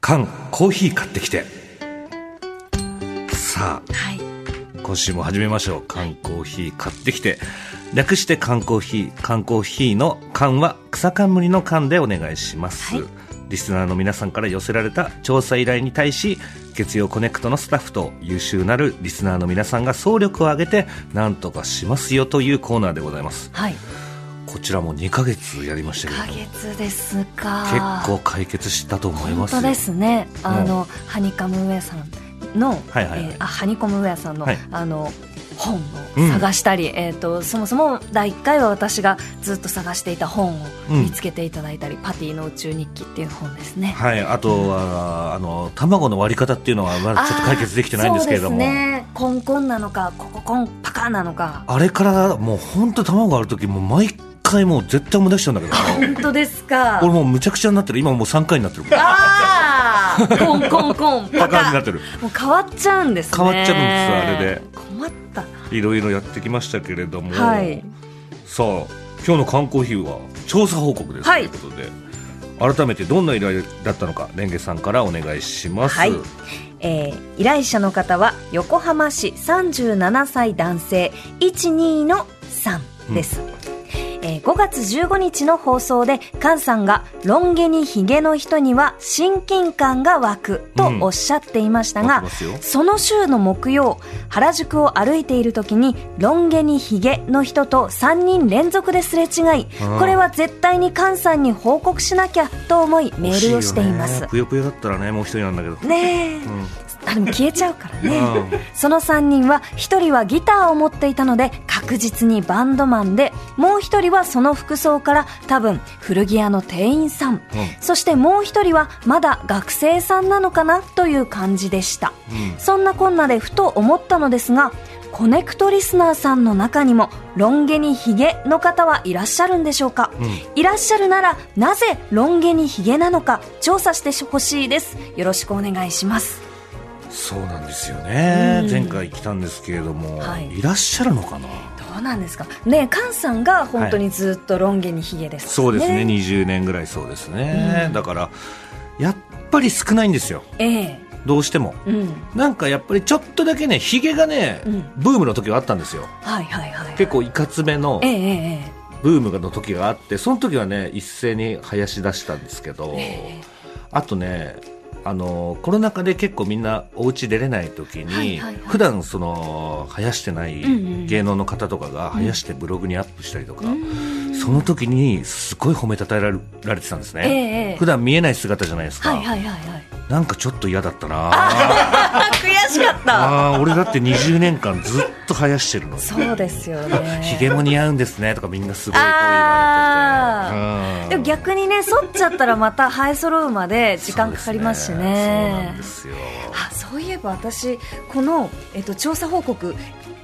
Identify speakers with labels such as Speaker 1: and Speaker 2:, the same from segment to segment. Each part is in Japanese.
Speaker 1: 缶コーヒー買ってきてさあ
Speaker 2: はい。
Speaker 1: 今週も始めましょう缶コーヒー買ってきて略して缶コーヒー缶コーヒーの缶は草冠の缶でお願いします、
Speaker 2: はい
Speaker 1: リスナーの皆さんから寄せられた調査依頼に対し月曜コネクトのスタッフと優秀なるリスナーの皆さんが総力を挙げて何とかしますよというコーナーでございます
Speaker 2: はい。
Speaker 1: こちらも2ヶ月やりましたけれ
Speaker 2: ヶ
Speaker 1: ども
Speaker 2: 月ですか。
Speaker 1: 結構解決したと思いま
Speaker 2: 本
Speaker 1: すよ
Speaker 2: 当ですね。あの、ハニカムウェアさんの、
Speaker 1: はいはいはい
Speaker 2: えーあハニコムウェアさんの、
Speaker 1: はい
Speaker 2: あの本
Speaker 1: う
Speaker 2: を
Speaker 1: ん
Speaker 2: 探したり、えっ、とそもそも第1回は私がずっと探していた本を
Speaker 1: うん
Speaker 2: 見つけていただいたり、パティの宇宙日記っていう本ですね。
Speaker 1: はい、あとは、あの卵の割り方っていうのはまだちょっと解決できてないんですけれども、
Speaker 2: あーそうですね。コンコンなのか、コココンパカなのか。
Speaker 1: あれからもう本当卵ある時もう毎回もう絶対思い出しちゃうんだけ ど
Speaker 2: 本当ですか。
Speaker 1: 俺もうむちゃくちゃになってる今もう3回に なってるバ
Speaker 2: ああ、コンコンコンパ
Speaker 1: カにな
Speaker 2: カ
Speaker 1: っ。てる
Speaker 2: もう変わっちゃうんですね。
Speaker 1: 変わっちゃうんです
Speaker 2: あれで。困ったな。
Speaker 1: いろいろやってきましたけれども、
Speaker 2: はい。
Speaker 1: さあ今日の缶コーヒーは調査報告です、
Speaker 2: はい
Speaker 1: ということで改めてどんな依頼だったのかレンゲさんからお願いします、
Speaker 2: はいえー依頼者の方は横浜市37歳男性12の3です、えー5月15日の放送で菅さんが「ロン毛にヒゲの人には親近感が湧く」とおっしゃっていました
Speaker 1: 待っ
Speaker 2: が、
Speaker 1: てますよ
Speaker 2: その週の木曜、原宿を歩いている時に、ロン毛にヒゲの人と3人連続ですれ違い
Speaker 1: うん、
Speaker 2: これは絶対に菅さんに報告しなきゃと思いメールをしていま
Speaker 1: 欲し
Speaker 2: す
Speaker 1: よね。ぷよぷよだったらねもう一人なんだけど、
Speaker 2: ねえ、
Speaker 1: うん
Speaker 2: あでも消えちゃうからね。
Speaker 1: うん
Speaker 2: その3人は、1人はギターを持っていたので確実にバンドマンで、もう1人はその服装から多分古着屋の店員さん。そしてもう1人はまだ学生さんなのかなという感じでした。
Speaker 1: うん
Speaker 2: そんなこんなでふと思ったのですが、コネクトリスナーさんの中にも、ロン毛にヒゲの方はいらっしゃるんでしょうか、
Speaker 1: うん
Speaker 2: いらっしゃるなら、なぜロン毛にヒゲなのか、調査してほしいです。よろしくお願いします。
Speaker 1: そうなんですよね、
Speaker 2: うん
Speaker 1: 前回来たんですけれども、
Speaker 2: はい
Speaker 1: い、らっしゃるのかな
Speaker 2: どうなんですかねえ、菅さんが本当にずっとロン毛にヒゲです、
Speaker 1: そうですね。20年ぐらいそうですね、
Speaker 2: うん
Speaker 1: だからやっぱり少ないんですよ
Speaker 2: ええ
Speaker 1: どうしても
Speaker 2: うん。
Speaker 1: なんかやっぱりちょっとだけねひげがね、
Speaker 2: うん
Speaker 1: ブームの時はあったんですよ
Speaker 2: はいはいはい。
Speaker 1: 結構いかつめの
Speaker 2: えええええ
Speaker 1: ブームの時があってその時はね一斉に生やし出したんですけど、
Speaker 2: え
Speaker 1: あとねあのコロナ禍で結構みんなお家出れない時に、
Speaker 2: はいはいはい
Speaker 1: 普段その生やしてない
Speaker 2: うんうん
Speaker 1: 芸能の方とかが生やしてブログにアップしたりとか、
Speaker 2: えうん
Speaker 1: その時にすごい褒めたたえられられてたんです
Speaker 2: ええ
Speaker 1: ね、
Speaker 2: ええ
Speaker 1: 普段見えない姿じゃないですか、
Speaker 2: はいはいはいはい。
Speaker 1: なんかちょっと嫌だったな
Speaker 2: あ、悔しかった。
Speaker 1: あー俺だって20年間ずっと生やしてるのに
Speaker 2: そうですよね。
Speaker 1: ひげも似合うんですねとかみんなすごいこう言われてて、うん
Speaker 2: でも逆にね、剃っちゃったらまた生え揃うまで時間かかりますしね。
Speaker 1: そうですねそうなん
Speaker 2: あそういえば私、この、えっと、調査報告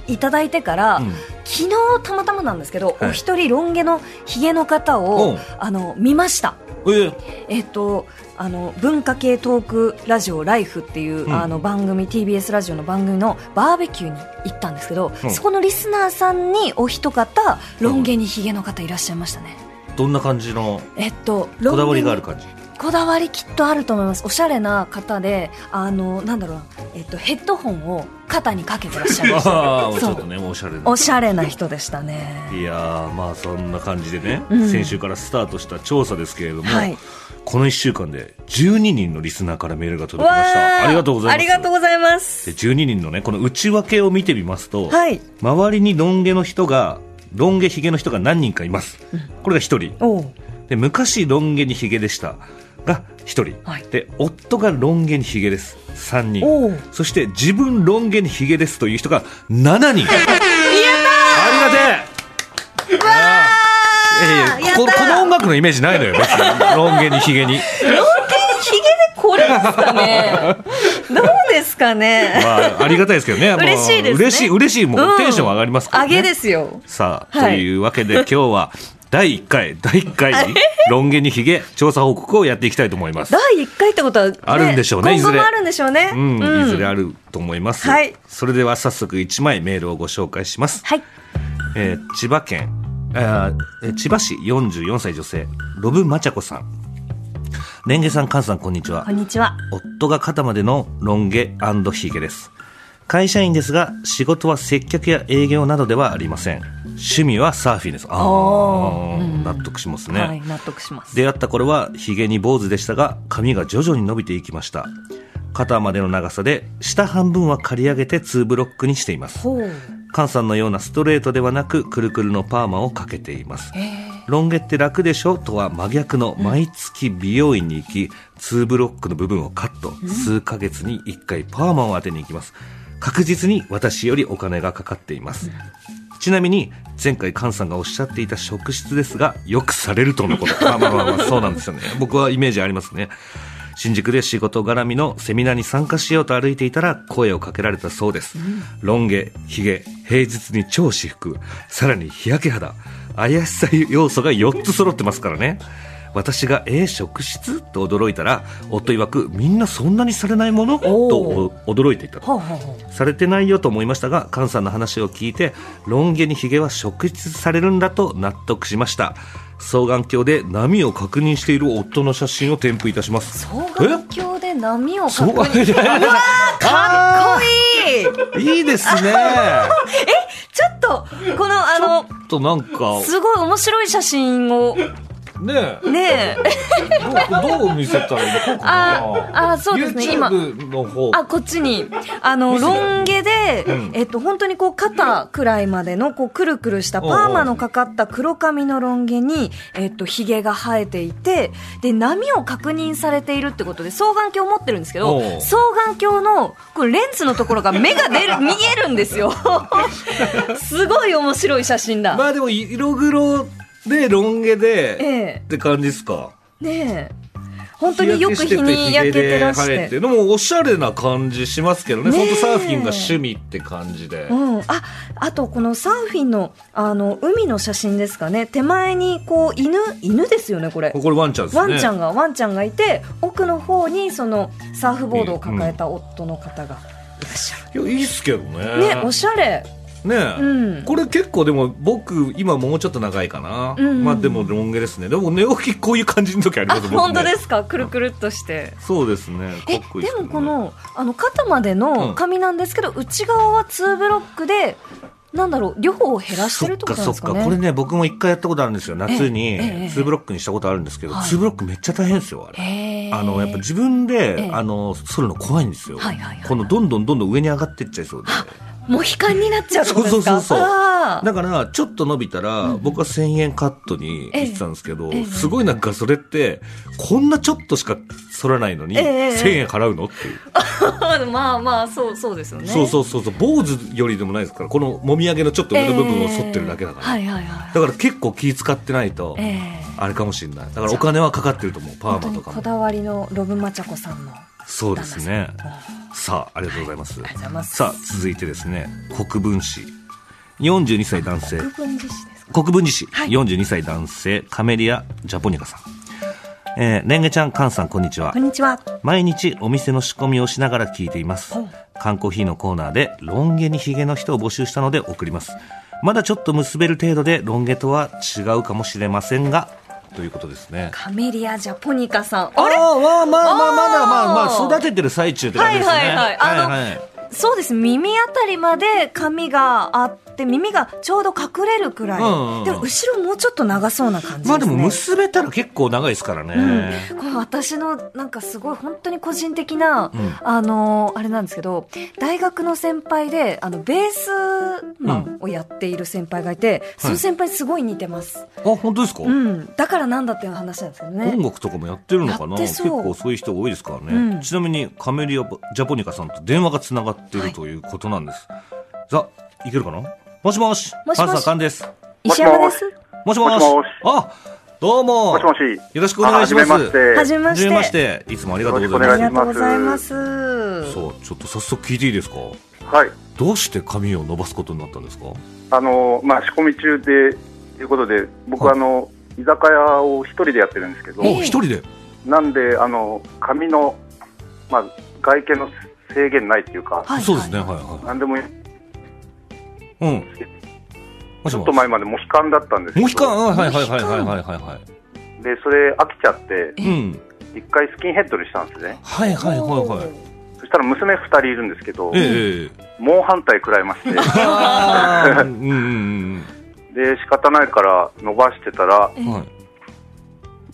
Speaker 2: いただいてから、
Speaker 1: ですよ、
Speaker 2: 昨日たまたまなんですけど、
Speaker 1: はい
Speaker 2: お一人ロン毛のヒゲの方
Speaker 1: お
Speaker 2: を
Speaker 1: う
Speaker 2: あの見ました。
Speaker 1: うん、え
Speaker 2: えっと、あの文化系トークラジオ「ライフっていう、
Speaker 1: うん
Speaker 2: あの番組 TBS ラジオの番組のバーベキューに行ったんですけど、
Speaker 1: うん
Speaker 2: そこのリスナーさんにお一方ロン毛にヒゲの方いらっしゃいましたね、
Speaker 1: どんな感じの
Speaker 2: えっとロ
Speaker 1: こ
Speaker 2: ン毛に
Speaker 1: だわりがある感じ
Speaker 2: こだわりきっとあると思いますおしゃれな方であのなんだろうな、えっと、ヘッドホンを肩にかけてらっしゃいまし
Speaker 1: あ
Speaker 2: た
Speaker 1: あち
Speaker 2: そ
Speaker 1: ょっと
Speaker 2: う
Speaker 1: ねおしゃれな
Speaker 2: おしゃれな人でしたね
Speaker 1: いやーまあそんな感じでね、
Speaker 2: うん
Speaker 1: 先週からスタートした調査ですけれども、
Speaker 2: はい
Speaker 1: この1週間で12人のリスナーからメールが届きまし
Speaker 2: わ
Speaker 1: たあ
Speaker 2: ー
Speaker 1: りがとうございます
Speaker 2: ありがとうございます
Speaker 1: で12人のねこの内訳を見てみますと、
Speaker 2: はい
Speaker 1: 周りにロン毛の人がロン毛ヒゲの人が何人かいます、これが1人
Speaker 2: おう
Speaker 1: で昔ロン毛にヒゲでしたが1人、
Speaker 2: はい
Speaker 1: で夫がロン毛にヒゲです3人
Speaker 2: おう
Speaker 1: そして自分ロン毛にヒゲですという人が7人ありがてえいやいやここ
Speaker 2: やったー
Speaker 1: の音楽のイメージないのよ別にロン毛にヒゲに
Speaker 2: ロン毛にヒゲでこれです かね。どうですかね。
Speaker 1: まあありがたいですけどねもう
Speaker 2: 嬉しいですね
Speaker 1: 嬉しい嬉しいもう、
Speaker 2: うん
Speaker 1: テンション上がりますから、
Speaker 2: 上
Speaker 1: ね、
Speaker 2: げですよ。
Speaker 1: さあ、
Speaker 2: はい
Speaker 1: というわけで今日は第1回第1回にロン毛にヒゲ調査報告をやっていきたいと思います
Speaker 2: 第一回ってことは、ね
Speaker 1: あるんでしょうねいず
Speaker 2: 今後
Speaker 1: れ
Speaker 2: もあるんでしょうね。
Speaker 1: うん、
Speaker 2: うん
Speaker 1: いずれあると思います、
Speaker 2: はい
Speaker 1: それでは早速1枚メールをご紹介します、
Speaker 2: はい。
Speaker 1: えー千葉県あーえー千葉市44歳女性ロブ・マチャコさんレンゲさん、カンさん、こんにちは
Speaker 2: こ。んにちは。
Speaker 1: 夫が肩までのロン毛ヒゲです。会社員ですが、仕事は接客や営業などではありません。趣味はサーフィンです。ああ、
Speaker 2: おーうん
Speaker 1: 納得しますね。
Speaker 2: はい、納得します。
Speaker 1: 出会った頃はヒゲに坊主でしたが髪が徐々に伸びていきました肩までの長さで下半分は刈り上げて2ブロックにしています
Speaker 2: ほう。
Speaker 1: 菅さんのようなストレートではなくくるくるのパーマをかけています
Speaker 2: えー
Speaker 1: ロン毛って楽でしょとは真逆の毎月美容院に行き2ブロックの部分をカット数ヶ月に1回パーマを当てに行きます確実に私よりお金がかかっていますちなみに前回菅さんがおっしゃっていた職質ですがよくされるとのこと まあまあまあまあそうなんですよね僕はイメージありますね新宿で仕事絡みのセミナーに参加しようと歩いていたら声をかけられたそうです、ロン毛ヒゲ平日に超私服さらに日焼け肌怪しさ要素が4つ揃ってますからね私が「えー、職質?」と驚いたら夫曰くみんなそんなにされないものと
Speaker 2: お
Speaker 1: お驚いていたと
Speaker 2: ほうほうほう。
Speaker 1: されてないよと思いましたが菅さんの話を聞いてロン毛にヒゲは職質されるんだと納得しました双眼鏡で波を確認している夫の写真を添付いたします
Speaker 2: 双眼鏡で波を
Speaker 1: そう
Speaker 2: 確認。
Speaker 1: いやいや
Speaker 2: かっこいい。
Speaker 1: あーいいです ね
Speaker 2: ちょっとこのあの
Speaker 1: ちょっとなんか
Speaker 2: すごい面白い写真を
Speaker 1: ねえ
Speaker 2: ねえ。
Speaker 1: どうどう見せたらいいのか
Speaker 2: あ
Speaker 1: な
Speaker 2: ーあーそうですね今
Speaker 1: YouTube の方
Speaker 2: あ、こっちに。あの、ロン毛で、
Speaker 1: うん
Speaker 2: えっと、本当にこう、肩くらいまでの、こう、くるくるした、パーマのかかった黒髪のロン毛に、えっと、髭が生えていて、で、波を確認されているってことで、双眼鏡持ってるんですけ
Speaker 1: お
Speaker 2: ど
Speaker 1: う、
Speaker 2: 双眼鏡の、これ、レンズのところが目 が出る、見えるんですよ。すごい面白い写真
Speaker 1: ま
Speaker 2: だ。
Speaker 1: あでも色黒でロン毛で
Speaker 2: え
Speaker 1: って感じですか
Speaker 2: え。ねえ。本当によく日に焼けてらし
Speaker 1: 日焼けしてて。のもおしゃれな感じしますけどね
Speaker 2: ねえ
Speaker 1: 本当サーフィンが趣味って感じで、
Speaker 2: うん、ああとこのサーフィンのあの海の写真ですかね手前にこう犬犬ですよねこれ
Speaker 1: これワンちゃんですね
Speaker 2: ワンちゃんがワンちゃんがいて奥の方にそのサーフボードを抱えた夫の方がいらっしゃ
Speaker 1: いやいいっすけどね
Speaker 2: る、ねおしゃれ
Speaker 1: ねえ
Speaker 2: うん
Speaker 1: これ結構でも僕今もうちょっと長いかな、
Speaker 2: うん
Speaker 1: まあでもロン毛ですねでも寝起きこういう感じの時ありま
Speaker 2: あ
Speaker 1: す僕ね
Speaker 2: 本当ですかくるくるっとして
Speaker 1: そうですねか
Speaker 2: え
Speaker 1: っこいい
Speaker 2: です
Speaker 1: けどね
Speaker 2: もこのあの肩までの髪なんですけど、内側は2ブロックでなんだろう両方を減らしてるってことなんですか
Speaker 1: そっかそっかこれ
Speaker 2: ね
Speaker 1: ね僕も一回やったことあるんですよ夏に
Speaker 2: ええええ
Speaker 1: 2ブロックにしたことあるんですけど、
Speaker 2: はい
Speaker 1: ツー2ブロックめっちゃ大変ですよあれ
Speaker 2: へー
Speaker 1: あのやっぱ自分で、
Speaker 2: ええ
Speaker 1: あの剃るの怖いんですよ、
Speaker 2: はいはいはい
Speaker 1: このどんどんどんどん上に上がってっちゃいそうで
Speaker 2: もう悲観になっちゃうってことですか
Speaker 1: そうそうそうそう
Speaker 2: あー
Speaker 1: だからちょっと伸びたら、僕は1000円カットにしてたんですけど、
Speaker 2: ええええ
Speaker 1: すごいなんかそれってこんなちょっとしか剃らないのに、
Speaker 2: ええええ
Speaker 1: 1000円払うのっていう、
Speaker 2: まあまあそうそうですよね
Speaker 1: そうそうそうそう坊主よりでもないですからこのもみあげのちょっと上の部分を剃ってるだけだから、
Speaker 2: えーはいはいはい
Speaker 1: だから結構気使ってないと、
Speaker 2: え
Speaker 1: あれかもしれないだからお金はかかってると思う
Speaker 2: ー
Speaker 1: パ
Speaker 2: 本
Speaker 1: ー
Speaker 2: 当
Speaker 1: マ
Speaker 2: に
Speaker 1: とか
Speaker 2: こ
Speaker 1: も
Speaker 2: だわりのロブマチャコさんの
Speaker 1: そうですね
Speaker 2: 旦那さ
Speaker 1: さあありがとうございます、
Speaker 2: んありがとうございます
Speaker 1: さあ続いてですね国分氏42歳男性
Speaker 2: 国分寺市ですか
Speaker 1: 国分寺市、
Speaker 2: はい
Speaker 1: 42歳男性カメリア・ジャポニカさんえー、レンゲちゃん、カンさん、こんにちは
Speaker 2: こ。んにちは
Speaker 1: 毎日お店の仕込みをしながら聞いています
Speaker 2: うん。
Speaker 1: 缶コーヒーのコーナーで、ロン毛にヒゲの人を募集したので送ります。まだちょっと結べる程度で、ロン毛とは違うかもしれませんが、ということですね。
Speaker 2: カメリア・ジャポニカさん
Speaker 1: あ
Speaker 2: あ
Speaker 1: ー
Speaker 2: れ
Speaker 1: まあまあまあまだまあま
Speaker 2: あ
Speaker 1: あ
Speaker 2: ー
Speaker 1: 育ててる最中って感じですね。
Speaker 2: はいはいはいあの
Speaker 1: い
Speaker 2: そうです耳あたりまで髪があって耳がちょうど隠れるくらい、
Speaker 1: うんうんうん
Speaker 2: でも後ろもうちょっと長そうな感じですね
Speaker 1: まあでも結べたら結構長いですからね。
Speaker 2: これ私のなんかすごい本当に個人的な、
Speaker 1: うん
Speaker 2: あのーあれなんですけど大学の先輩であのベースマンをやっている先輩がいて、その先輩にすごい似てます、
Speaker 1: あ本当ですか、
Speaker 2: うん、だからなんだっていう話なんですけど
Speaker 1: 音
Speaker 2: ね
Speaker 1: 楽とかもやってるのか
Speaker 2: や
Speaker 1: な
Speaker 2: っ
Speaker 1: 結
Speaker 2: てそう
Speaker 1: 構そういう人多いですからね、
Speaker 2: うん
Speaker 1: ちなみにカメリア・ジャポニカさんと電話がつながって
Speaker 2: は
Speaker 1: る
Speaker 2: い
Speaker 1: ということなんです、さあいけるかなもしもし
Speaker 2: もしもし
Speaker 1: パンサーカンです
Speaker 2: 石山です
Speaker 1: もしもし
Speaker 3: もしもし
Speaker 1: あどうも
Speaker 3: もしもし。
Speaker 1: よろしくお願いします
Speaker 3: あはじめまして。
Speaker 2: はじめま
Speaker 1: は
Speaker 2: し
Speaker 1: じ
Speaker 2: て
Speaker 1: めましていつもありがとうござい
Speaker 3: よ
Speaker 2: あ
Speaker 1: ま
Speaker 3: ろ
Speaker 1: す
Speaker 2: りがとう
Speaker 3: しくお
Speaker 2: ご
Speaker 3: 願いします
Speaker 2: ざいます
Speaker 1: そうちょっと早速聞いていいですか
Speaker 3: はい。
Speaker 1: どうして髪を伸ばすことになったんですか
Speaker 3: あの、まあ、仕込み中で、ということで、僕はあの、居酒屋を一人でやってるんですけど
Speaker 2: ええ、
Speaker 1: お一人で
Speaker 3: なんで、あの、紙の、まあ、外見の制限ないっていうか、
Speaker 2: はい
Speaker 1: そうですね
Speaker 2: はい
Speaker 1: はいは
Speaker 3: なんでもいい、
Speaker 1: いうんも
Speaker 3: ち
Speaker 1: し
Speaker 3: ょっ
Speaker 1: も
Speaker 3: と
Speaker 1: し
Speaker 3: 前までモヒカンだったんですけど、
Speaker 1: モヒカンはいはいはいはいはいはいはいは
Speaker 3: で、それ飽きちゃって、
Speaker 1: いうん
Speaker 3: 一回スキンヘッドにしたんですね
Speaker 1: はいはいはいはい。
Speaker 3: そしたら娘2人いるんですけど
Speaker 1: ええ。
Speaker 3: 猛反対食らいまして
Speaker 1: ああ。うんうん
Speaker 3: で仕方ないから伸ばしてたら
Speaker 1: うん。は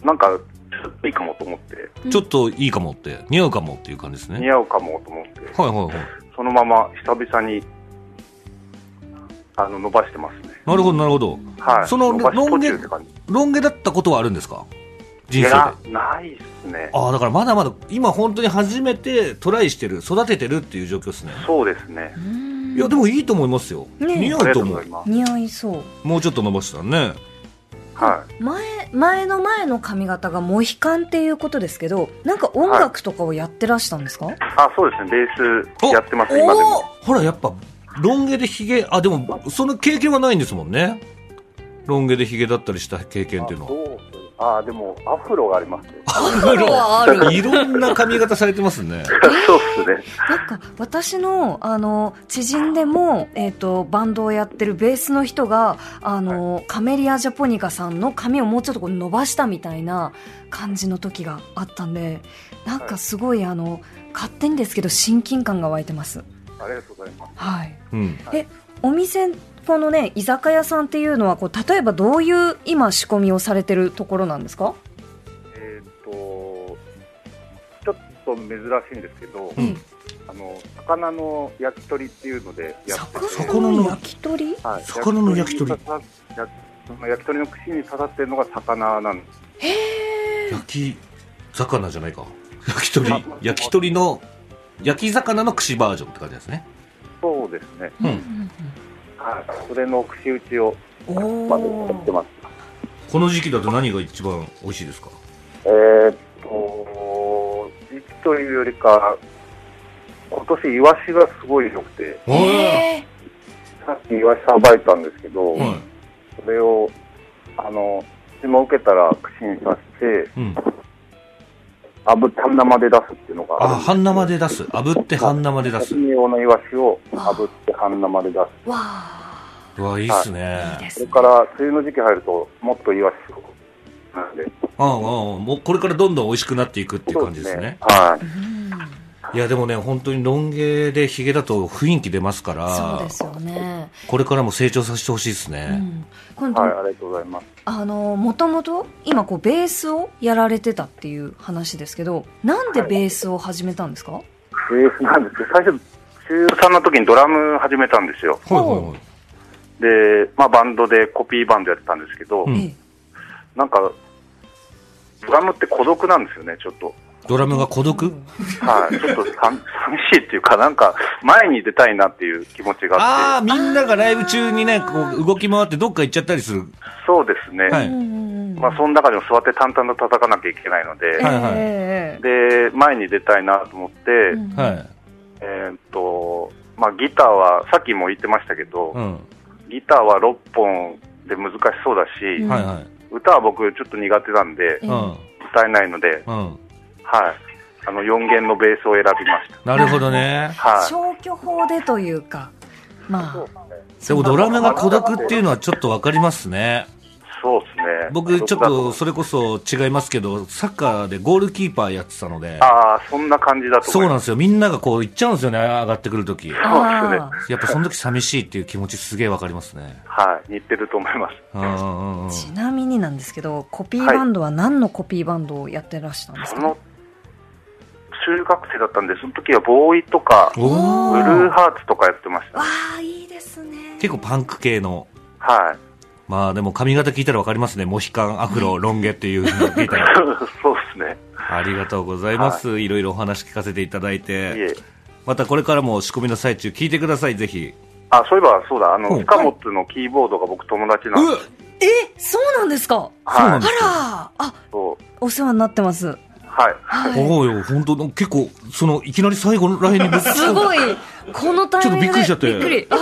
Speaker 3: なんかちょっといいかもと思って
Speaker 1: い。ちょっといいかもって、似合うかもっていう感じですね。
Speaker 3: 似合うかもと思って
Speaker 1: はいはいはい。
Speaker 3: そのまま久々にあの伸ばしてますね
Speaker 1: なるほどなるほど。
Speaker 3: はい
Speaker 1: その
Speaker 3: 伸ばし
Speaker 1: ロン
Speaker 3: 途
Speaker 1: 毛
Speaker 3: 中って感じ
Speaker 1: ロン毛だったことはあるんですか
Speaker 3: い
Speaker 1: 人生で。
Speaker 3: や
Speaker 1: あ
Speaker 3: ないっすね
Speaker 1: あー、だからまだまだ、今本当に初めてトライしてる、育ててるっていう状況ですね。
Speaker 3: そうですね
Speaker 1: いや、でもいいと思いますよ。
Speaker 2: ねえ
Speaker 1: 似合
Speaker 3: あり
Speaker 1: うと
Speaker 3: がとう
Speaker 1: 思
Speaker 3: ござ
Speaker 1: う
Speaker 3: い。ます
Speaker 2: 似合いそう
Speaker 1: もうちょっと伸ばしたらね。
Speaker 3: はい
Speaker 2: 前前の前の髪型がモヒカンっていうことですけどなんか音楽とかをやってらしたんですか、
Speaker 3: あそうですねベースやってます
Speaker 2: お
Speaker 3: 今で
Speaker 2: お
Speaker 3: も
Speaker 1: ほら、やっぱ、ロン毛でヒゲ、あ、でも、その経験はないんですもんね。ロン毛でヒゲだったりした経験っていうのは。
Speaker 3: どうあでもアフロがありますね
Speaker 2: フロはある
Speaker 1: いろんな髪型されてますね。
Speaker 3: そうっすね
Speaker 2: なんか私のあの知人でも、えっとバンドをやってるベースの人があの、カメリア・ジャポニカさんの髪をもうちょっとこう伸ばしたみたいな感じの時があったんでなんかすごい、あの勝手にですけど親近感が湧いてます。
Speaker 3: ありがとうございます
Speaker 2: はい、
Speaker 1: うん。
Speaker 2: お店このね居酒屋さんっていうのはこう例えばどういう今仕込みをされてるところなんですか、
Speaker 3: えーっとちょっと珍しいんですけど、
Speaker 1: うん
Speaker 3: あの魚の焼き鳥っていうのでやってて
Speaker 2: 魚の焼き鳥
Speaker 3: はい
Speaker 1: 魚の焼き鳥
Speaker 3: 焼き鳥に刺さその焼き鳥の串に刺さってるのが魚なんです
Speaker 2: へえ
Speaker 1: 焼き魚じゃないか。焼き鳥、焼き鳥の、焼き魚の串バージョンって感じですね。
Speaker 3: そうですね
Speaker 1: うん
Speaker 3: はいそれの串打ちを
Speaker 2: お
Speaker 3: まずやって
Speaker 2: お
Speaker 3: ます
Speaker 1: この時期だと何が一番美味しいですか
Speaker 3: えーっと時期というよりか今年イワシがすごい良くて
Speaker 1: え
Speaker 2: へえ
Speaker 3: さっきイワシさばいたんですけど、
Speaker 1: えはい。
Speaker 3: それをあの注文受けたら串に刺して
Speaker 1: うん。
Speaker 3: 炙った生で出すっていうのが
Speaker 1: あ、
Speaker 3: る
Speaker 1: 半
Speaker 3: ん
Speaker 1: 生
Speaker 3: す
Speaker 1: で出す。炙って半生で出す
Speaker 3: 刺。身用のイワシを炙って半生で出す
Speaker 2: わあ
Speaker 1: うわ、いいっす
Speaker 2: いい
Speaker 1: ね。
Speaker 2: で
Speaker 3: そ
Speaker 2: す
Speaker 3: れ
Speaker 2: ね
Speaker 3: から梅雨の時期入るともっとイワシをなんで
Speaker 1: ああ、ああ、もうこれからどんどん美味しくなっていくっていう感じですね。
Speaker 3: は
Speaker 2: うん
Speaker 1: いや、でもね、本当にロン毛でヒゲだと雰囲気出ますか
Speaker 2: そう
Speaker 1: ら
Speaker 2: で、すよね、
Speaker 1: これからも成長させてほしいです
Speaker 2: う
Speaker 1: ね。
Speaker 2: ん、今
Speaker 3: い、はい、
Speaker 2: 度
Speaker 3: ありがとうございます
Speaker 2: あのもともと今こうベースをやられてたっていう話ですけどなんでベースを始めたんですか、
Speaker 3: ベースなんですけど最初中3の時にドラム始めたんですよ
Speaker 1: はいはいはい。
Speaker 3: で、まあ、バンドでコピーバンドやってたんですけど、
Speaker 1: うん
Speaker 2: ええ
Speaker 3: なんかドラムって孤独なんですよねちょっと
Speaker 1: ドラムが孤独
Speaker 3: はい、ちょ っとさん寂しいっていうか、なんか、前に出たいなっていう気持ちが
Speaker 1: あ
Speaker 3: あっ
Speaker 1: あ、みんながライブ中にね、こう動き回ってどっか行っちゃったりする。
Speaker 3: て、そうですね、
Speaker 1: はい
Speaker 2: うんうんうん
Speaker 3: まあ、その中でも座って淡々と叩かなきゃいけないので、
Speaker 1: はいはい
Speaker 2: ええ
Speaker 3: で前に出たいなと思って、
Speaker 2: ええうん
Speaker 1: はい。
Speaker 3: えーっとまあ、ギターは、さっきも言ってましたけど、
Speaker 1: うん。
Speaker 3: ギターは6本で難しそうだし、
Speaker 2: うん
Speaker 1: はいはい。
Speaker 3: 歌は僕、ちょっと苦手なんで、
Speaker 2: ええ
Speaker 1: うん。
Speaker 3: 歌えないので、
Speaker 1: うん。
Speaker 3: はい、あの4弦のベースを選びまし
Speaker 1: な
Speaker 3: た。
Speaker 1: るほどね。
Speaker 3: はい
Speaker 2: 消去法でというか、まあ、
Speaker 1: でもドラムが孤独っていうのはちょっとわかりますね。
Speaker 3: そうですね
Speaker 1: 僕ちょっ
Speaker 3: だ思
Speaker 1: と
Speaker 3: う
Speaker 1: それこそ違いますけど、サッカーでゴールキーパーやってたので、
Speaker 3: ああ、そんな感じだと
Speaker 1: そ
Speaker 3: 思
Speaker 1: う
Speaker 3: い
Speaker 1: なん
Speaker 3: ます。
Speaker 1: ですよ。みんながこう行っちゃうんですよね、上がってくるとき。や
Speaker 3: そうですね
Speaker 2: あ
Speaker 1: っぱその時寂しいっていう気持ちすげえわかりますね。
Speaker 3: はい、似てると思います。
Speaker 1: うんうんうん。
Speaker 2: ーちなみになんですけど、コピーバンドは何のコピーバンドをやってらしたんです
Speaker 3: そ
Speaker 2: か、
Speaker 3: の中学生だったんで、その時はボーイとか、ブル
Speaker 1: おー
Speaker 3: ーハーツとかやってました
Speaker 2: わ
Speaker 3: ね。
Speaker 2: あ、いいですね。
Speaker 1: 結構パンク系の。
Speaker 3: はい。
Speaker 1: まあでも髪型聞いたらわかりますね。モヒカン、アフロ、ロン毛っていう風に聞いたら。
Speaker 3: そうですね。
Speaker 1: ありがとうございます。いろいろお話聞かせていただい
Speaker 3: い
Speaker 1: て。
Speaker 3: え。
Speaker 1: またこれからも仕込みの最中聞いてください、ぜひ。
Speaker 3: あ、そういえば、そうだ、あ
Speaker 1: う
Speaker 3: の、
Speaker 1: ん
Speaker 3: スカモッツのキーボードが僕友達なんです
Speaker 1: うっ
Speaker 2: え、そうなんですか
Speaker 1: そうな
Speaker 2: あ
Speaker 1: ん
Speaker 3: は
Speaker 1: で
Speaker 2: ら
Speaker 1: すか、
Speaker 2: あ、
Speaker 3: い。そう。
Speaker 2: お世話になってます。
Speaker 3: はい。
Speaker 2: は
Speaker 1: おうよ、本当結構、その、いきなり最後のラインにぶつ
Speaker 2: い。す
Speaker 1: い。
Speaker 2: ごい、このタイミン
Speaker 1: ち
Speaker 2: グで。
Speaker 1: ょっとびっくりしちゃって
Speaker 2: びっくり。あ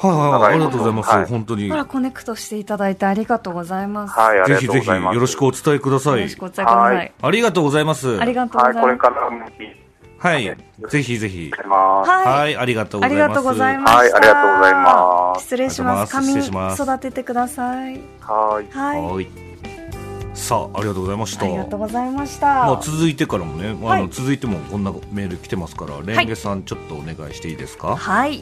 Speaker 1: はいはい、ありがとうございます。
Speaker 3: はい
Speaker 1: 本当に。
Speaker 2: あ。あら、コネクトしていただいてありがとうございます。
Speaker 3: はい、あ
Speaker 1: ぜ
Speaker 3: りが
Speaker 1: ひ
Speaker 3: とう
Speaker 1: ぜ
Speaker 3: ご
Speaker 1: ひ、
Speaker 3: ざいま
Speaker 1: よ
Speaker 3: す。
Speaker 1: ろしくお伝えくださ
Speaker 2: よろ
Speaker 1: い
Speaker 2: し。くお伝えくださ
Speaker 3: はいい。
Speaker 1: ありがとうございます。
Speaker 2: ありがとうござ
Speaker 3: はいい、
Speaker 2: ます。
Speaker 3: これからも聞いて
Speaker 1: はい。ぜひぜひ。
Speaker 3: ます。
Speaker 2: はい
Speaker 1: はい、ありがとうご
Speaker 2: あ
Speaker 1: ざい
Speaker 2: り
Speaker 1: ます。
Speaker 2: がとうございま
Speaker 1: は
Speaker 2: す。
Speaker 3: はいありがとうございます
Speaker 2: 失礼します。
Speaker 1: あり
Speaker 2: 髪
Speaker 1: がとうございます失礼します
Speaker 2: 育ててください。
Speaker 3: はい。
Speaker 2: はい。
Speaker 1: はい。さあありがとうございました
Speaker 2: ありがとうございま
Speaker 1: ま
Speaker 2: した。
Speaker 1: あ、続いてからもね、まああ
Speaker 2: は
Speaker 1: の
Speaker 2: い
Speaker 1: 続いてもこんなメール来てますから、レンゲさんちょっとお願いしていいですか、
Speaker 2: はい。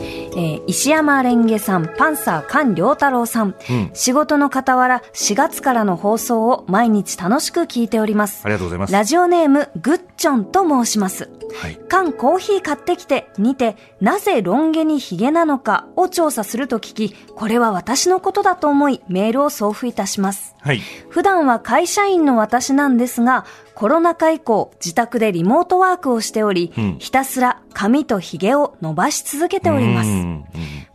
Speaker 2: えー石山レンゲさん、パンサー菅良太郎さん。
Speaker 1: うん、
Speaker 2: 仕事の傍ら4月からの放送を毎日楽しく聞いております
Speaker 1: あ。りがとうございます、は
Speaker 2: ラジオネーム、ぐっちょんと申します。
Speaker 1: い、
Speaker 2: 缶コーヒー買ってきてにて、なぜロン毛にヒゲなのかを調査すると聞き、これは私のことだと思いメールを送付いたします。
Speaker 1: はい、
Speaker 2: 普段は会社員の私なんですが、コロナ禍以降、自宅でリモートワークをしており、
Speaker 1: うん
Speaker 2: ひたすら髪と髭を伸ばし続けております
Speaker 1: うん。うん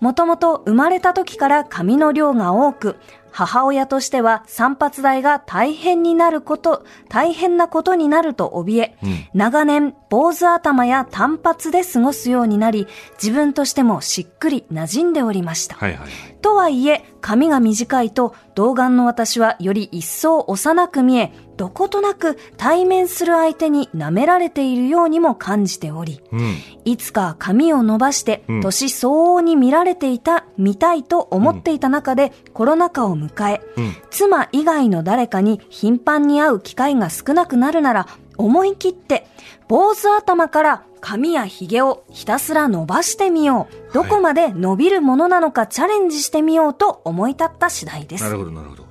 Speaker 2: もともと生まれた時から髪の量が多く、母親としては散髪代が大変になること、大変なことになると怯え、
Speaker 1: うん
Speaker 2: 長年坊主頭や短髪で過ごすようになり、自分としてもしっくり馴染んでおりました。
Speaker 1: はいはい
Speaker 2: とはいえ、髪が短いと、童顔の私はより一層幼く見え、どことなく対面する相手に舐められているようにも感じており、
Speaker 1: うん
Speaker 2: いつか髪を伸ばして
Speaker 1: うん、
Speaker 2: 年相応に見られていた、見たいと思っていた中で、コロナ禍を迎え、
Speaker 1: うん
Speaker 2: 妻以外の誰かに頻繁に会う機会が少なくなるなら、思い切って、坊主頭から髪や髭をひたすら伸ばしてみよう。どこまで伸びるものなのかチャレンジしてみようと思い立った次第です
Speaker 1: な。るほどなるほど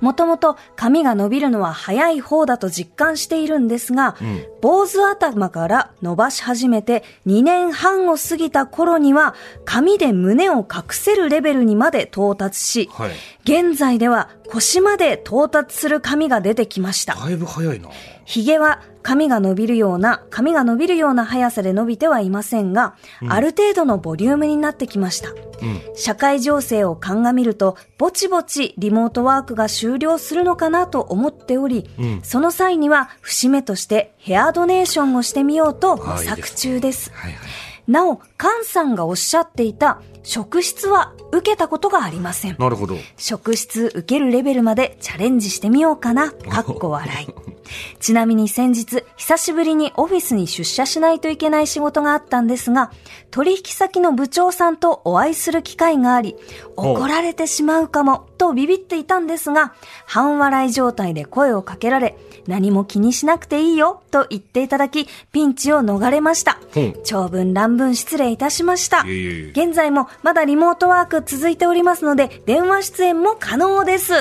Speaker 2: もともと髪が伸びるのは早い方だと実感しているんですが、
Speaker 1: うん
Speaker 2: 坊主頭から伸ばし始めて2年半を過ぎた頃には、髪で胸を隠せるレベルにまで到達し、
Speaker 1: はい
Speaker 2: 現在では腰まで到達する髪が出てきました。
Speaker 1: だいぶ早いな
Speaker 2: 髭は髪が伸びるような、髪が伸びるような速さで伸びてはいませんが、ある程度のボリュームになってきました。
Speaker 1: うん
Speaker 2: 社会情勢を鑑みると、ぼちぼちリモートワークが終了するのかなと思っており、
Speaker 1: うん
Speaker 2: その際には節目としてヘアドネーションをしてみようと模
Speaker 1: あいい
Speaker 2: 索中です。
Speaker 1: はいはい
Speaker 2: なお、菅さんがおっしゃっていた職質は受けたことがありません。
Speaker 1: なるほど
Speaker 2: 職質受けるレベルまでチャレンジしてみようかな。かっこ笑い。ちなみに先日、久しぶりにオフィスに出社しないといけない仕事があったんですが、取引先の部長さんとお会いする機会があり、
Speaker 1: お
Speaker 2: 怒られてしまうかも、とビビっていたんですが、半笑い状態で声をかけられ、何も気にしなくていいよ、と言っていただき、ピンチを逃れました。
Speaker 1: うん
Speaker 2: 長文乱文失礼いたしました。
Speaker 1: いえいえいえ
Speaker 2: 現在もまだリモートワーク続いておりますので、電話出演も可能です。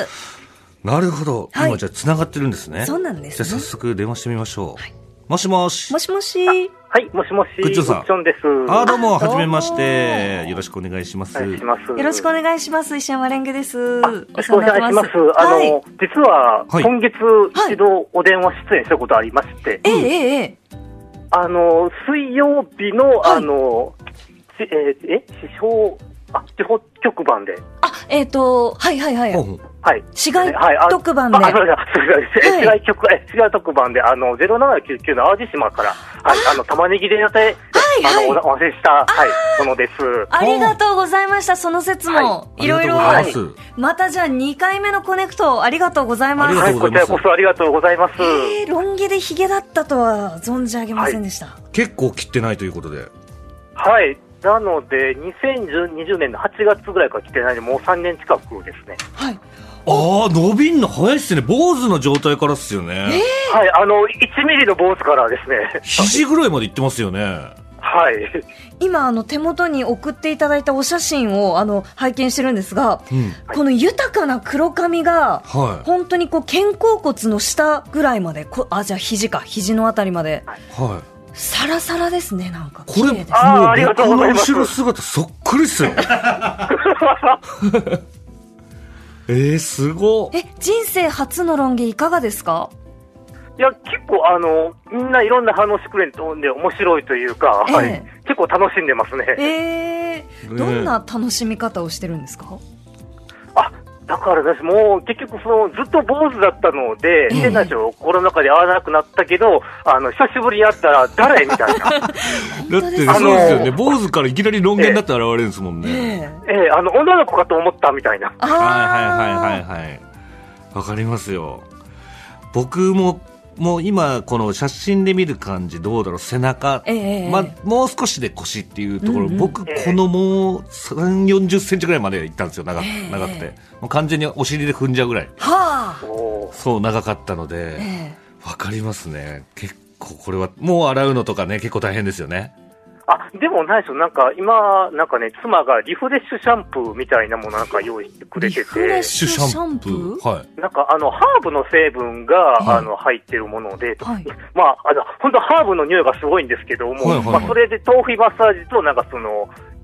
Speaker 1: なるほど、
Speaker 2: はい
Speaker 1: 今じゃあ繋がってるんですね
Speaker 2: そうなんですね
Speaker 1: じゃあ早速電話してみましょう、もしもし
Speaker 2: もしもし。
Speaker 3: はい、もしもし、
Speaker 1: グッチョンさん
Speaker 3: グッチョンです。
Speaker 1: あーどうも
Speaker 2: あど
Speaker 1: は
Speaker 2: うも
Speaker 1: じめましてよろしくお願いします
Speaker 3: お願いします。
Speaker 2: よろしくお
Speaker 3: よ
Speaker 2: 願いします。石山レンゲです。よ
Speaker 3: ろしくお願いします。あの、
Speaker 2: はい。
Speaker 3: 実は、
Speaker 1: はい
Speaker 3: 今月
Speaker 2: はい
Speaker 3: 一度お電話出演したことありまして、
Speaker 2: えええええ
Speaker 3: あの、水曜日の、
Speaker 2: はい
Speaker 3: あの、ちえーえ、地方、あ、地方局番で、
Speaker 2: あ、えっ、と、はいはいは
Speaker 1: ほう
Speaker 2: い。
Speaker 1: ほう
Speaker 3: はい。
Speaker 2: 市
Speaker 3: は
Speaker 2: 街
Speaker 3: いあ
Speaker 2: 特番で。
Speaker 3: あ、そうだ、そうだ、
Speaker 2: は
Speaker 3: 違う局、え違う特番で、あの、0799の淡路島から、はい、あの、玉ねぎでやって、
Speaker 2: はい
Speaker 3: あの、おお忘れした、はい、ものです。
Speaker 2: ありがとうございました。その説も、
Speaker 1: あ
Speaker 2: い
Speaker 1: りが
Speaker 2: ろい
Speaker 1: とうご。ざい
Speaker 2: ろ
Speaker 1: ます、
Speaker 2: またじゃあ2回目のコネクト、ありがとうございま
Speaker 1: あり
Speaker 2: す。
Speaker 1: が
Speaker 3: は
Speaker 1: と
Speaker 3: い、
Speaker 1: うご
Speaker 3: こ
Speaker 1: ざいま
Speaker 3: ち
Speaker 1: す
Speaker 3: らこそありがとうございます。
Speaker 2: えー、ロン毛でヒゲだったとは存じ上げませんでした。
Speaker 1: 結構切ってないということで
Speaker 3: はい。なので、2020年の8月ぐらいから来てないので、もう3年近くですね。
Speaker 2: はい。
Speaker 1: ああ伸びんの早いっすね坊主の状態からっすよね、
Speaker 3: はい、あの、1ミリの坊主からです ね。
Speaker 1: 肘ぐらいまでいってますよね
Speaker 3: はい。
Speaker 2: 今あの手元に送っていただいたお写真をあの拝見してるんですが、
Speaker 1: うん
Speaker 2: この豊かな黒髪が
Speaker 1: はい
Speaker 2: 本当にこう肩甲骨の下ぐらいまでこあじゃあ肘か肘のあたりまで
Speaker 1: はい
Speaker 2: サラサラですねなんか
Speaker 1: こ
Speaker 2: 綺
Speaker 1: れ
Speaker 2: 麗
Speaker 1: もう
Speaker 2: です
Speaker 3: あーありがとう
Speaker 1: 僕
Speaker 3: ござ
Speaker 1: の
Speaker 3: います
Speaker 1: 後ろ姿そっくりっすよえー、すごっ
Speaker 2: え人生初のロン毛いかがですか
Speaker 3: いや、結構、あの、みんないろんな反応してくれるとで面白いというか、
Speaker 2: ええ
Speaker 3: はい。結構楽しんでますね。
Speaker 2: えー、
Speaker 1: ね
Speaker 2: どんな楽しみ方をしてるんですか
Speaker 3: あだから私もう結局そのずっと坊主だったので、
Speaker 2: ええ
Speaker 3: 変な人コロナ禍で会わなくなったけど、あの、久しぶりに会ったら誰みたいな。
Speaker 1: だ
Speaker 2: 本
Speaker 1: って
Speaker 2: 当
Speaker 1: そう
Speaker 2: で
Speaker 1: ですす
Speaker 2: ね
Speaker 3: あの
Speaker 1: よね坊主からいきなり論言だって現れるんですもん
Speaker 2: え
Speaker 1: ね、
Speaker 2: え
Speaker 3: ええあの、女の子かと思ったみたいな。
Speaker 2: あー
Speaker 1: はいはいはいはいはいわかりますよ僕ももう今この写真で見る感じどうだろう背中、
Speaker 2: ええ
Speaker 1: ま、もう少しで腰っていうところ、
Speaker 2: うんうん
Speaker 1: 僕このもう3 4 0センチぐらいまで行ったんですよ長く
Speaker 2: ええ
Speaker 1: 長くてもう完全にお尻で踏んじゃうぐらい
Speaker 2: はあ
Speaker 3: おおー
Speaker 1: そう長かったので、
Speaker 2: え
Speaker 1: わかりますね。結構これは、もう洗うのとかね、結構大変ですよね。
Speaker 3: あ、でもないですよ。なんか今、なんかね、妻がリフレッシュシャンプーみたいなものなんか用意し
Speaker 2: え
Speaker 3: てくれ
Speaker 2: リ
Speaker 3: て
Speaker 2: フレ
Speaker 3: て
Speaker 2: ッ。シュシャンプー
Speaker 1: はい。
Speaker 3: なんかあの、ハーブの成分が、
Speaker 1: はい
Speaker 3: あの、入ってるもので、
Speaker 2: はい
Speaker 3: まあ、あの、本当ハーブの匂いがすごいんですけども、
Speaker 1: はいはいはい
Speaker 3: まあ、それで頭皮マッサージと、なんかその、
Speaker 1: うん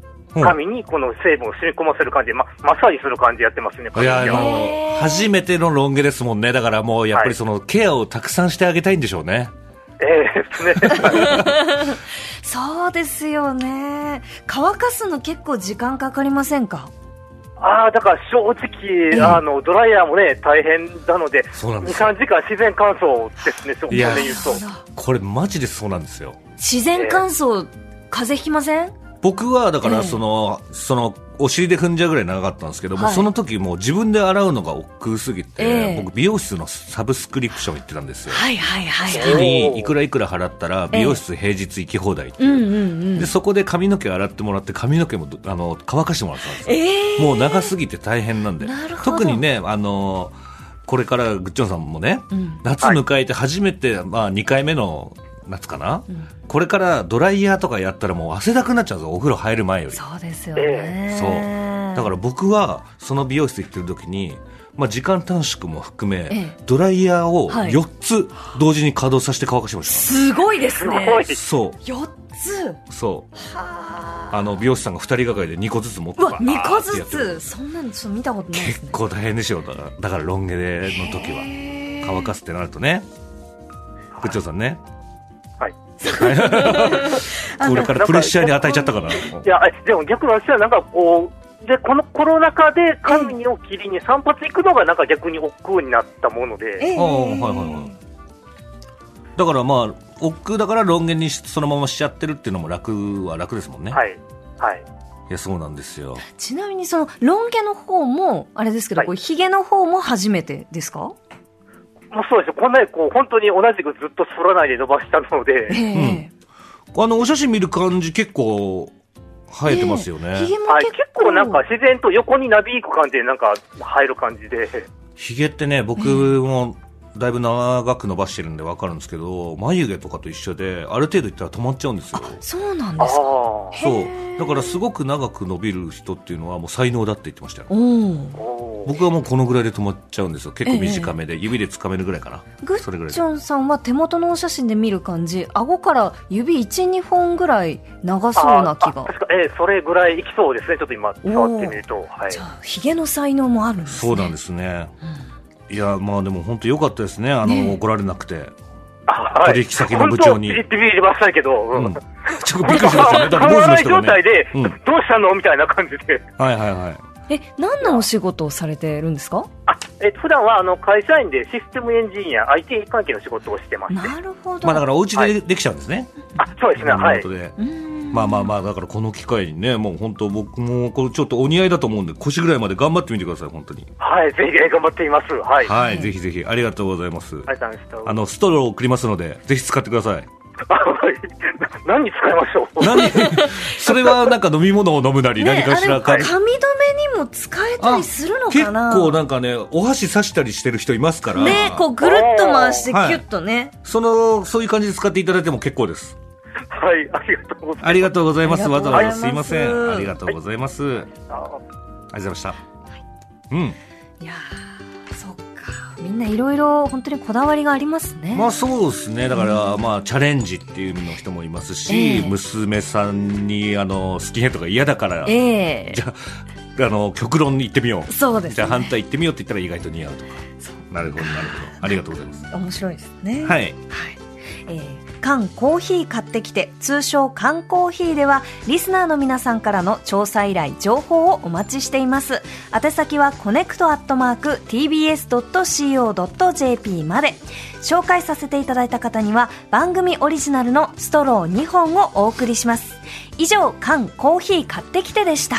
Speaker 3: 髪にこの成分を染み込ませる感じで、ま、マッサージする感じでやってますね、
Speaker 1: いや、あ
Speaker 3: 髪に
Speaker 1: の
Speaker 2: へー、
Speaker 1: 初めてのロン毛ですもんね。だからもう、やっぱりその、ケアをたくさんしてあげたいんでしょうね。
Speaker 3: ええですね。
Speaker 2: そうですよね乾かすの結構時間かかりませんか
Speaker 3: ああ、だから正
Speaker 2: ん
Speaker 3: 直、あの、ドライヤーもね、大変なので、
Speaker 1: そうなん
Speaker 3: 2、
Speaker 1: ですよ。
Speaker 3: 3時間自然乾燥ですね、そこ
Speaker 1: い
Speaker 3: で
Speaker 1: や
Speaker 3: 言うと。
Speaker 1: これマジでそうなんですよ。
Speaker 2: 自然乾燥、風邪ひきません
Speaker 1: 僕は、だか
Speaker 2: え
Speaker 1: ら、
Speaker 2: え
Speaker 1: その、その、お尻で踏んじゃうぐらい長かったんですけども、
Speaker 2: はい
Speaker 1: その時もう自分で洗うのが億劫すぎて、
Speaker 2: ええ
Speaker 1: 僕、美容室のサブスクリプション行ってたんですよ。
Speaker 2: はいはいはい
Speaker 1: 月にいくらいくら払ったら、美容室平日行き放題っていう
Speaker 2: う。んうんうん
Speaker 1: でそこで髪の毛洗ってもらって髪の毛もどあの乾かしてもらってたんですよ、
Speaker 2: ええ
Speaker 1: もう長すぎて大変なんで
Speaker 2: なるほど
Speaker 1: 特にねあのこれからグッチョンさんもね、
Speaker 2: うん
Speaker 1: 夏迎えて初めて、まあ、2回目の夏かな、
Speaker 2: ん
Speaker 1: これからドライヤーとかやったらもう汗だくになっちゃうんですよお風呂入る前より
Speaker 2: そうですよね、
Speaker 1: そうだから僕はその美容室行ってる時に、まあ、時間短縮も含め、
Speaker 2: ええ
Speaker 1: ドライヤーを
Speaker 2: はい
Speaker 1: 4つ同時に稼働させて乾かしてまし
Speaker 2: すごいです
Speaker 3: すご
Speaker 2: ね
Speaker 3: い。
Speaker 1: た、そ
Speaker 2: 4つ
Speaker 1: うそう
Speaker 2: は
Speaker 1: あの美容師さんが2人がかりで2個ずつ持って
Speaker 2: うわ
Speaker 1: バー
Speaker 2: 2個
Speaker 1: って
Speaker 2: ず
Speaker 1: やってる
Speaker 2: つそんなのちょっと見たことないです
Speaker 1: 結
Speaker 2: ね
Speaker 1: 構大変でしょうだからだからロン毛での時は
Speaker 2: へー
Speaker 1: 乾かすってなるとね区長さんね
Speaker 3: はい。
Speaker 1: これからプレッシャーに与えちゃったから
Speaker 3: いや、えでも逆に私はなんかこう、で、このコロナ禍で髪を切りに散髪行くのがなんか逆に億劫になったもので、
Speaker 2: ええ
Speaker 1: ああはいはいはいだからまあ億劫だからロン毛にしそのまましちゃってるっていうのも楽は楽ですもんね、、
Speaker 3: はいい。はい。
Speaker 1: やそうなんですよ
Speaker 2: ちなみにそのロン毛の方もあれですけど、
Speaker 3: はい
Speaker 2: こうヒゲの方も初めてですか、
Speaker 3: もうそうですよ。こんなにこう、本当に同じくずっと反らないで伸ばしたの
Speaker 2: え
Speaker 3: で、
Speaker 2: え
Speaker 1: あのお写真見る感じ結構生えてますよね、
Speaker 2: ヒゲも
Speaker 3: はい、
Speaker 2: 結
Speaker 3: 結
Speaker 2: 構,、
Speaker 3: 構なんか自然と横になびく感じでなんか入る感じで、
Speaker 1: ひげってね、僕もだいぶ長く伸ばしてるんでわかるんですけど、眉毛とかと一緒で、ある程度いったら止まっちゃうんですよ。
Speaker 2: そうなん
Speaker 3: あ
Speaker 2: ですか
Speaker 3: あ。
Speaker 1: そ
Speaker 2: へー
Speaker 1: う。だからすごく長く伸びる人っていうのはもう才能だって言ってましたよ。
Speaker 2: おお
Speaker 3: おー
Speaker 1: 僕はもうこのぐらいで止まっちゃうんですよ。結構短めで、指で掴めるぐらいかな。
Speaker 2: グ
Speaker 1: それぐら
Speaker 2: ッ
Speaker 1: い
Speaker 2: チョンさんは手元のお写真で見る感じ顎から指12本ぐらい長そうな気
Speaker 3: あ
Speaker 2: が
Speaker 3: 確か、ええそれぐらいいきそうですね。ちょっと今、触ってみると。はい
Speaker 2: じ。ゃあヒゲの才能もあるんです、
Speaker 1: そ
Speaker 2: ね、、
Speaker 1: うなんですすね。いや、まあでも本当良かったですね。あの、
Speaker 2: ねえ
Speaker 1: 怒られなくて。
Speaker 3: あはい
Speaker 1: 取引先の部長に
Speaker 3: 本当ビビりましたけど、
Speaker 1: うん。
Speaker 3: ん
Speaker 1: ちょっとびっくりしましたね。だから坊
Speaker 3: 変わ
Speaker 1: 主
Speaker 3: ら
Speaker 1: の
Speaker 3: ない
Speaker 1: 人が
Speaker 3: 状
Speaker 1: ね。
Speaker 3: 態で、
Speaker 1: うん
Speaker 3: どうしたのみたいな感じで。
Speaker 1: はいはいはい。
Speaker 2: え何のお仕事をされてるんですか
Speaker 3: あ、えっと、普段は、あの、会社員でシステムエンジニア、IT 関係の仕事をしてまして。
Speaker 2: なるほど、
Speaker 1: まあだからお家
Speaker 3: は
Speaker 1: でできちゃうんですね。
Speaker 3: あ、そうですね、は
Speaker 1: リ
Speaker 3: い
Speaker 1: モート。で。
Speaker 2: うーん
Speaker 1: まあまあまあ、だからこの機会にね、もう本当僕も、これちょっとお似合いだと思うんで、腰ぐらいまで頑張ってみてください、本当に。
Speaker 3: はい、ぜひ、え頑張っています。はい。あ
Speaker 1: はい、ぜひぜひ、ありがとうございます。
Speaker 3: りがとうございました。
Speaker 1: あの、ストローを送りますので、ぜひ使ってください。
Speaker 3: あ はいな何に使いましょう
Speaker 1: 何それはなんか飲み物を飲むなり、何かしら
Speaker 2: ねあ
Speaker 1: か
Speaker 2: れ。髪留めにも使えたりするの
Speaker 1: 結
Speaker 2: かな
Speaker 1: 構なんかね、お箸刺したりしてる人いますから、
Speaker 2: ねこうぐるっと回して
Speaker 1: お
Speaker 2: キ
Speaker 1: ー
Speaker 2: ュッとね、
Speaker 1: その、そういう感じで使っていただいても結構です。
Speaker 3: はい、ありがとうござい
Speaker 1: ありがとうございます。
Speaker 2: あり
Speaker 1: わ
Speaker 2: がと
Speaker 1: ざ
Speaker 2: うござ
Speaker 1: わ
Speaker 2: いま
Speaker 1: ざ
Speaker 2: す
Speaker 1: すいません。ありがとうございます。あり
Speaker 3: ま
Speaker 1: が
Speaker 3: す。
Speaker 1: とうございました。うん。
Speaker 2: い、やーそっかみんないろいろ本当にこだわりがありますね、
Speaker 1: まあそうですね、だから、まあ、チャレンジっていうの人もいますし、
Speaker 2: ええ
Speaker 1: 娘さんにあのスキンヘッドが嫌だから、
Speaker 2: ええ
Speaker 1: じゃああの、極論に行ってみよう、
Speaker 2: そうです
Speaker 1: じゃあ
Speaker 2: ね
Speaker 1: 反対行ってみようって言ったら意外と似合うとか、
Speaker 2: そう
Speaker 1: なるほど、なるほど、ありがとうございます。
Speaker 2: 面白いですね
Speaker 1: はい、
Speaker 2: はい。えー缶コーヒー買ってきて、通称缶コーヒーでは、リスナーの皆さんからの調査依頼、情報をお待ちしています。宛先はコネクトアットマーク tbs.co.jp まで。紹介させていただいた方には、番組オリジナルのストロー2本をお送りします。以上、缶コーヒー買ってきてでした。